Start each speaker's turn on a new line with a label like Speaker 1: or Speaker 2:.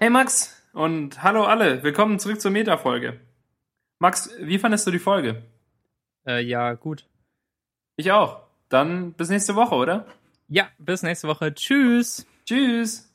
Speaker 1: Hey Max und hallo alle, willkommen zurück zur Meta-Folge. Max, wie fandest du die Folge?
Speaker 2: Äh, ja, gut.
Speaker 1: Ich auch. Dann bis nächste Woche, oder?
Speaker 2: Ja, bis nächste Woche. Tschüss.
Speaker 1: Tschüss.